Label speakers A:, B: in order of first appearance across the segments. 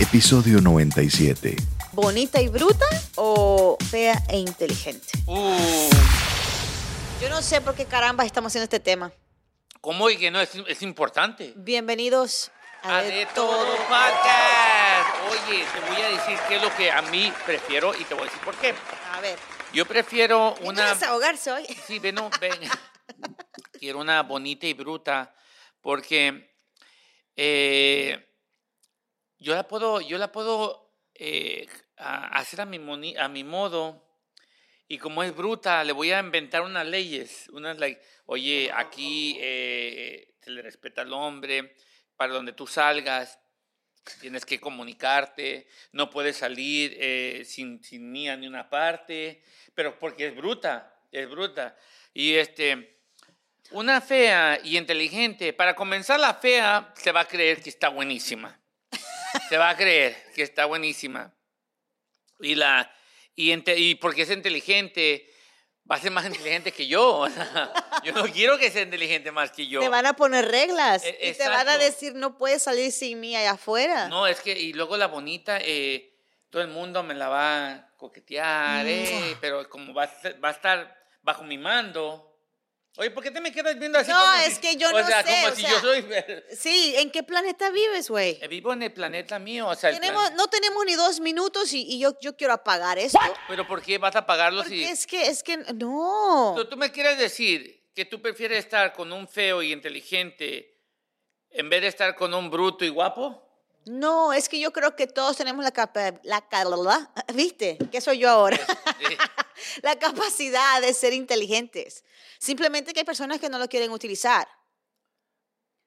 A: episodio 97.
B: ¿Bonita y bruta o fea e inteligente?
C: Uh,
B: Yo no sé por qué caramba estamos haciendo este tema.
C: ¿Cómo y que no? Es, es importante.
B: Bienvenidos a,
C: A
B: De
C: de
B: Todo.
C: todo podcast. Oye, te voy a decir qué es lo que a mí prefiero y te voy a decir por qué.
B: A ver,
C: Yo prefiero
B: una...
C: una...
B: desahogarse hoy?
C: Sí, ven, no, ven. Quiero una bonita y bruta porque eh, yo la puedo, yo la puedo eh, a- hacer a mi, moni- a mi modo y como es bruta le voy a inventar unas leyes, unas like, oye, aquí eh, se le respeta al hombre, para donde tú salgas tienes que comunicarte, no puedes salir eh, sin, sin mí a ni una parte, pero porque es bruta, es bruta. Y este, una fea y inteligente, para comenzar la fea se va a creer que está buenísima, se va a creer que está buenísima. Y, la, y, inte- y porque es inteligente, va a ser más inteligente que yo. o sea, yo no quiero que sea inteligente más que yo.
B: Te van a poner reglas
C: E-
B: y te van a
C: exacto.
B: decir no puedes salir sin mí allá afuera.
C: No, es que, y luego la bonita, eh, todo el mundo me la va a coquetear, eh,
B: Mm.
C: pero como va a, ser- va a estar bajo mi mando. Oye, ¿por qué te me quedas viendo así?
B: No,
C: como
B: es
C: si-
B: que yo
C: o
B: no
C: sea,
B: sé,
C: Como
B: o
C: si
B: sea.
C: yo soy. eh,
B: Sí, ¿en qué planeta vives, güey?
C: Vivo en el planeta mío, o sea. el plan-
B: Tenemos, no tenemos ni dos minutos y, y yo, yo quiero apagar esto.
C: Pero ¿por qué vas a pagarlo
B: Porque
C: si.
B: es que, es que, no.
C: Tú, tú me quieres decir que tú prefieres estar con un feo y inteligente en vez de estar con un bruto y guapo?
B: No, es que yo creo que todos tenemos la capa, la cala- ¿viste? Que soy yo ahora.
C: Eh,
B: la capacidad de ser inteligentes. Simplemente que hay personas que no lo quieren utilizar.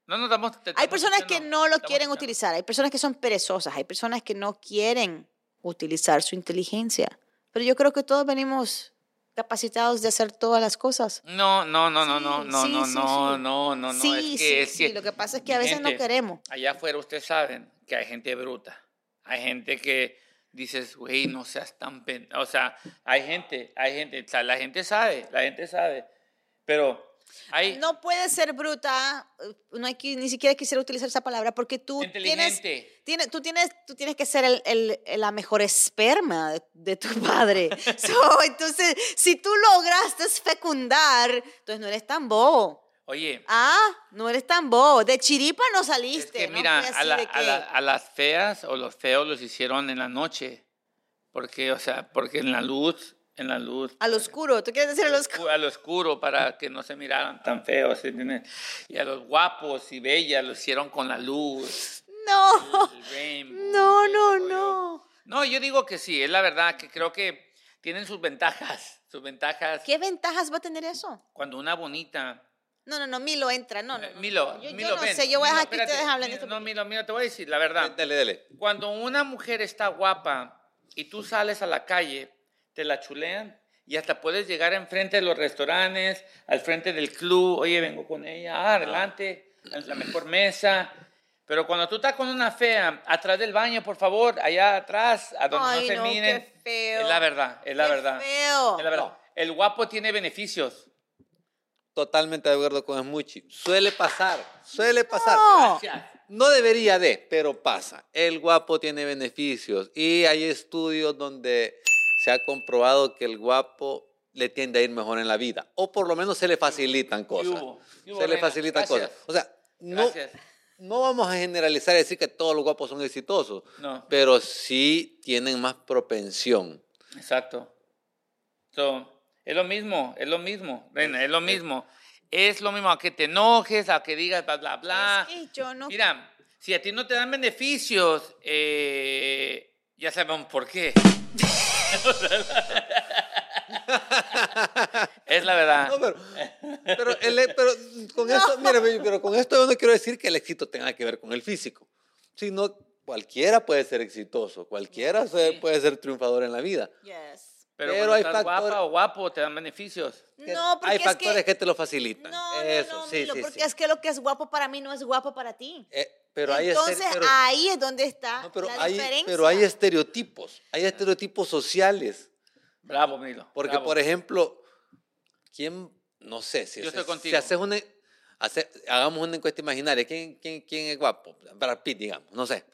C: no nos damos.
B: Hay
C: te estamos
B: personas que
C: diciendo,
B: no lo
C: estamos
B: quieren
C: diciendo.
B: utilizar, hay personas que son perezosas, hay personas que no quieren utilizar su inteligencia. Pero yo creo que todos venimos capacitados de hacer todas las cosas.
C: No, no, no, no,
B: Sí,
C: no, no,
B: sí,
C: no,
B: sí,
C: no,
B: sí.
C: no, no, no,
B: sí,
C: es
B: sí,
C: que, es
B: sí,
C: que-
B: lo que pasa es que a veces no
C: gente,
B: queremos.
C: Allá afuera ustedes saben que hay gente bruta, hay gente que dices, güey, no seas tan pen... O sea, hay gente, hay gente, o sea, la gente sabe, la gente sabe, pero hay...
B: No puedes ser bruta, eh, no hay que, ni siquiera quisiera utilizar esa palabra porque tú tienes,
C: inteligente.
B: tiene- tú, tienes, tú tienes que ser el- el- el- la mejor esperma de, de tu padre. So, entonces, si tú lograste fecundar, entonces no eres tan bobo.
C: Oye,
B: Ah, no eres tan bobo. De chiripa no saliste.
C: es que
B: ¿no?
C: mira,
B: Fue
C: a,
B: así
C: la-
B: de
C: a
B: que-
C: la- a las feas o los feos los hicieron en la noche, porque, o sea, porque en la luz, en la luz...
B: al oscuro. ¿Tú quieres decir al
C: al
B: oscuro?
C: oscuro, al oscuro para que no se miraran tan feos. ¿sí entiendes? Y a los guapos y bellas lo hicieron con la luz.
B: No,
C: el rainbow,
B: no,
C: ese
B: no,
C: rollo.
B: no.
C: No, yo digo que sí, es la verdad que creo que tienen sus ventajas. Sus ventajas.
B: ¿Qué ventajas va a tener eso?
C: Cuando una bonita.
B: No, no, no, Milo entra. No, no, no.
C: Eh, Milo,
B: yo, yo
C: Milo,
B: no
C: ven,
B: sé, yo voy a
C: Milo,
B: dejar que
C: espérate,
B: ustedes hablen de
C: Milo,
B: esto.
C: No, Milo, mira, te voy a decir la verdad.
D: Dale, dale.
C: Cuando una mujer está guapa y tú sales a la calle, te la chulean y hasta puedes llegar enfrente de los restaurantes, al frente del club, oye, vengo con ella, ah, adelante, en la mejor mesa. Pero cuando tú estás con una fea, atrás del baño, por favor, allá atrás, a donde
B: Ay,
C: no se
B: no, qué
C: miren.
B: feo.
C: Es la verdad, es la
B: Qué
C: verdad.
B: feo.
C: Es la verdad. El guapo tiene beneficios.
D: Totalmente de acuerdo con Smuchi. Suele pasar, suele pasar.
B: No.
D: No debería de, pero pasa. El guapo tiene beneficios y hay estudios donde se ha comprobado que el guapo le tiende a ir mejor en la vida o por lo menos se le facilitan cosas.
C: hubo? ¿Qué hubo,
D: Se le
C: reina?
D: facilitan
C: Gracias.
D: cosas. O sea, no,
C: Gracias.
D: no vamos a generalizar y decir que todos los guapos son exitosos,
C: No.
D: pero sí tienen más propensión.
C: Exacto. So, es lo mismo, es lo mismo, Reina, es lo mismo. Es lo mismo a que te enojes, a que digas bla, bla, bla.
B: Es que yo no.
C: Mira, si a ti no te dan beneficios, eh, ya sabemos por qué. es la verdad.
D: No, pero, pero, el- e, pero con esto, mira, baby, pero con esto yo no quiero decir que el éxito tenga que ver con el físico, sino cualquiera puede ser exitoso, cualquiera se- puede ser triunfador en la vida.
B: Yes.
C: Pero,
D: pero
C: cuando
D: hay
C: estás
D: factores-
C: guapa o guapo, te dan beneficios.
D: Que
B: No, porque
D: hay
B: es
D: factores que...
B: que...
D: te lo facilitan.
B: No,
D: Eso,
B: no, no,
D: sí,
B: Milo,
D: sí,
B: porque
D: sí.
B: es que lo que es guapo para mí no es guapo para ti.
D: Eh, pero hay estere-
B: Entonces
D: pero-
B: ahí es donde está
D: no, pero
B: la
D: hay,
B: diferencia.
D: pero hay estereotipos, hay estereotipos sociales,
C: Bravo, Milo.
D: porque
C: bravo.
D: por e- ejemplo, ¿quién, no sé, si,
C: Yo
D: haces-
C: estoy
D: si
C: contigo.
D: haces una, hace- hagamos una encuesta imaginaria, ¿quién, quién, quién es guapo? Brad Pitt, digamos, no sé.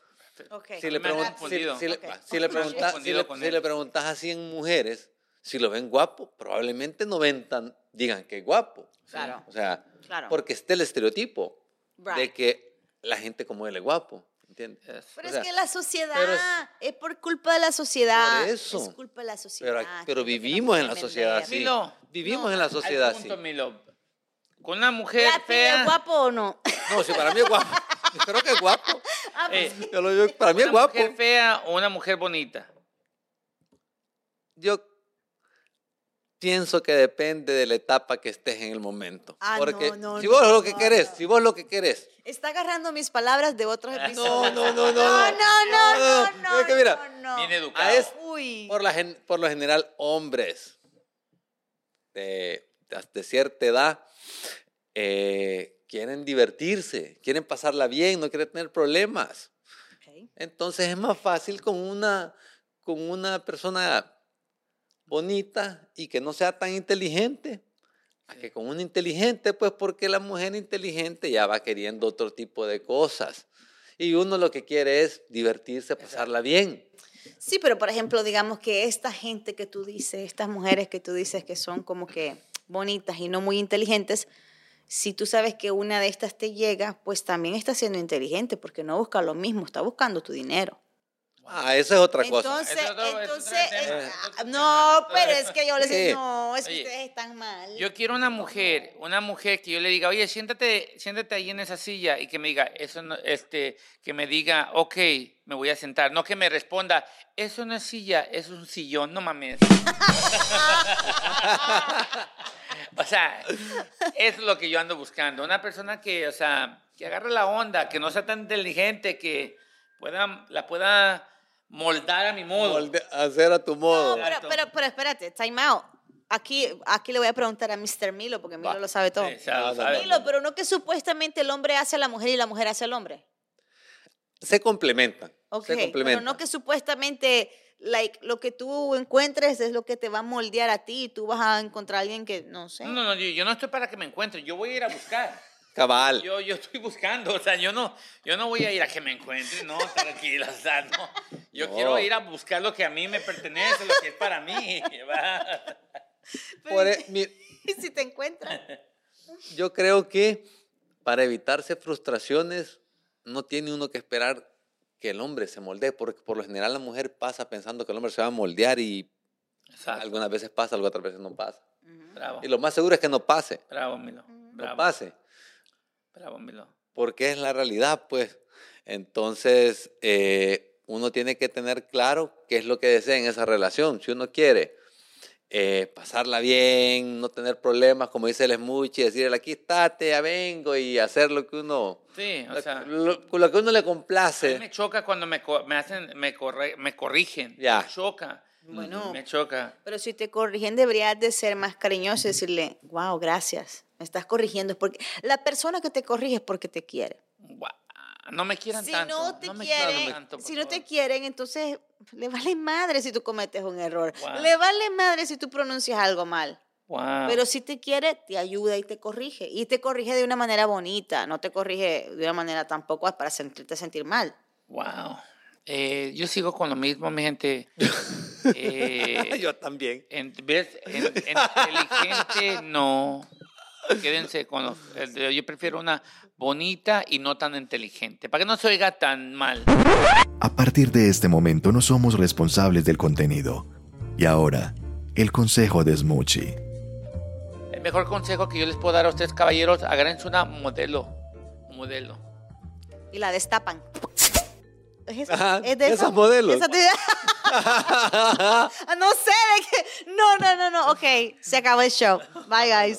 B: Ok.
D: Si le,
C: Me han
D: pregun-
C: confundido.
D: si- si le-
B: Ok.
D: si le
C: Me han
D: preguntas- si
C: confundido
D: le-
C: con
D: si
C: él.
D: le preguntas a 100 mujeres, si lo ven guapo, probablemente 90 digan que es guapo.
B: Claro.
D: O sea,
B: Claro.
D: porque está el estereotipo de
B: Right.
D: que la gente como él es guapo, ¿entiendes?
C: Yes.
B: Pero
D: o sea,
B: es que la sociedad,
D: pero
B: es, por culpa de la sociedad.
D: Por eso.
B: Es culpa de la sociedad.
D: Pero, pero
B: que es lo que
D: vivimos en la
B: tenemos que
D: sociedad
B: entender.
D: así.
C: Milo,
D: Vivimos
B: no,
D: en la
C: Al
D: sociedad así.
C: punto, mi love. Con una mujer
B: Brad Pitt,
C: fea.
B: ¿es guapo o no?
D: No, si para mí es guapo. Yo creo que es guapo.
B: Ah, pues,
C: Eh,
D: Yo lo digo, para mí es
C: una
D: guapo.
C: mujer fea o una mujer bonita.
D: Yo pienso que depende de la etapa que estés en el momento.
B: Ah,
D: Porque
B: no, no,
D: si vos
B: no,
D: lo que
B: no,
D: querés,
B: no.
D: si vos lo que querés.
B: Está agarrando mis palabras de otros
D: No,
B: episodios.
D: no,
B: no,
D: no, no.
B: no, no, no, no,
D: Es que mira,
B: no.
C: Bien educado.
D: a es-
B: Uy.
D: Por, la gen- por lo general, hombres de, de cierta edad eh, quieren divertirse, quieren pasarla bien, no quieren tener problemas.
B: Ok.
D: Entonces es más fácil con una, con una persona bonita y que no sea tan inteligente. A que con una inteligente, pues porque la mujer inteligente ya va queriendo otro tipo de cosas. Y uno lo que quiere es divertirse, pasarla bien.
B: Sí, pero por ejemplo, digamos que esta gente que tú dices, estas mujeres que tú dices que son como que bonitas y no muy inteligentes, si tú sabes que una de estas te llega, pues también está siendo inteligente porque no busca lo mismo, está buscando tu dinero.
D: Ah, eso es otra cosa.
B: Entonces,
C: Eso es otro-
B: entonces,
C: eso es otro
B: eh,
C: tema.
B: ah, no, pero es que yo les
D: Sí.
B: digo, no, es que
C: Oye,
B: ustedes están mal.
C: Yo quiero una mujer, una mujer que yo le diga, oye, siéntate, siéntate ahí en esa silla y que me diga, eso no, este, que me diga, ok, me voy a sentar. No que me responda, eso no es silla, es un sillón, no mames. o sea, es lo que yo ando buscando. Una persona que, o sea, que agarre la onda, que no sea tan inteligente, que pueda, la pueda moldar a mi modo.
D: Molde- Hacer a tu modo.
B: No, pero,
C: Exacto.
B: pero, pero espérate, time out. Aquí, aquí le voy a preguntar a Mr. Milo porque Milo
D: Va.
B: lo sabe todo.
C: Sí, o sea,
D: No, no,
C: ¿sabes?
B: Milo, pero no que supuestamente el hombre hace a la mujer y la mujer hace al hombre.
D: Se complementan.
B: Ok,
D: se
B: pero
D: complementan.
B: no que supuestamente like, lo que tú encuentres es lo que te va a moldear a ti y tú vas a encontrar a alguien que, no sé.
C: No, no, no, yo, yo no estoy para que me encuentre, yo voy a ir a buscar.
D: Cabal.
C: Yo, yo estoy buscando, o sea, yo no, yo no voy a ir a que me encuentre, no, tranquila, o sea, no. Yo
D: No.
C: quiero ir a buscar lo que a mí me pertenece, lo que es para mí. ¿va?
D: Por e- mi-
B: ¿Y si te encuentras?
D: yo creo que para evitarse frustraciones no tiene uno que esperar que el hombre se moldee, porque por lo general la mujer pasa pensando que el hombre se va a moldear y
C: Exacto.
D: algunas veces pasa, algunas otras veces no pasa.
C: Bravo,
D: Y lo más seguro es que no pase,
C: bravo, Milo.
D: no
C: Bravo,
D: pase,
C: bravo, Milo.
D: porque es la realidad, pues. Entonces, eh, uno tiene que tener claro qué es lo que desea en esa relación. Si uno quiere eh, pasarla bien, no tener problemas, como dice el Smuchi, decirle aquí estate, ya vengo y hacer lo que uno...
C: Sí, o
D: lo-
C: sea, a
D: lo, con lo que uno le
C: mí me
D: complace.
C: choca cuando me, co- me hacen, me, corre- me corrigen.
D: Ya.
C: Me choca.
B: Bueno.
C: Me choca.
B: Pero si te corrigen, deberías de ser más cariñoso y decirle, wow, gracias, me estás corrigiendo. Es porque la persona que te corrige es porque te quiere.
C: Guau, No me quieran
B: Si
C: tanto.
B: no te
C: me
B: quieren,
C: quieran tanto, por
B: si no te
C: favor.
B: quieren, entonces le vale madre si tú cometes un error.
C: Wow.
B: Le vale madre si tú pronuncias algo mal.
C: Guau.
B: Pero si te quiere, te ayuda y te corrige. Y te corrige de una manera bonita, no te corrige de una manera tampoco para sentirte sentir mal.
C: Wow. Eh, yo sigo con lo mismo, mi gente. Eh,
D: Yo también.
C: en- ¿Ves? En- inteligente, no. Quédense con los. el de- Yo prefiero una bonita y no tan inteligente. Para que no se oiga tan mal.
A: A partir de este momento no somos responsables del contenido. Y ahora, el consejo de Smoochie.
C: El mejor consejo que yo les puedo dar a ustedes, caballeros, agárrense una modelo. Modelo.
B: Y la destapan. Es, esa-
D: Ajá,
B: es
D: de esas modelos.
B: esa te- Ah, no sé de qué. No, no, no, no. Ok, se acabó el show. Bye, guys.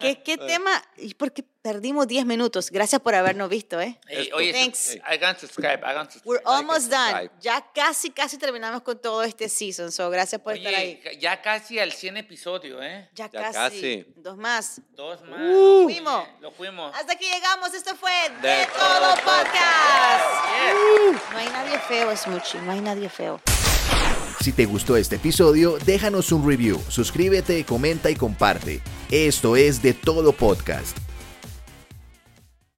B: ¿Qué, qué tema? ¿Y por qué perdimos 10 minutos? Gracias por habernos visto, ¿eh?
C: Hey,
D: Esto.
C: oye,
B: Thanks.
C: sus- hagan subscribe, hagan
B: We're
C: subscribe.
B: almost done.
D: subscribe.
B: Ya casi, casi terminamos con todo este season. So, gracias por estar ahí.
C: Oye, ya casi al 100 episodio, ¿eh?
B: Ya,
D: Ya
B: casi.
D: casi.
B: Dos más.
C: Dos más.
B: Uh. Fuimos.
C: Lo fuimos.
B: Hasta aquí llegamos. Esto fue De,
D: De
B: Todo
D: Todo
B: Podcast.
C: Yes.
B: No hay nadie feo, Smoochie. No hay nadie feo.
A: Si te gustó este episodio, déjanos un review, suscríbete, comenta y comparte. Esto es De Todo Podcast.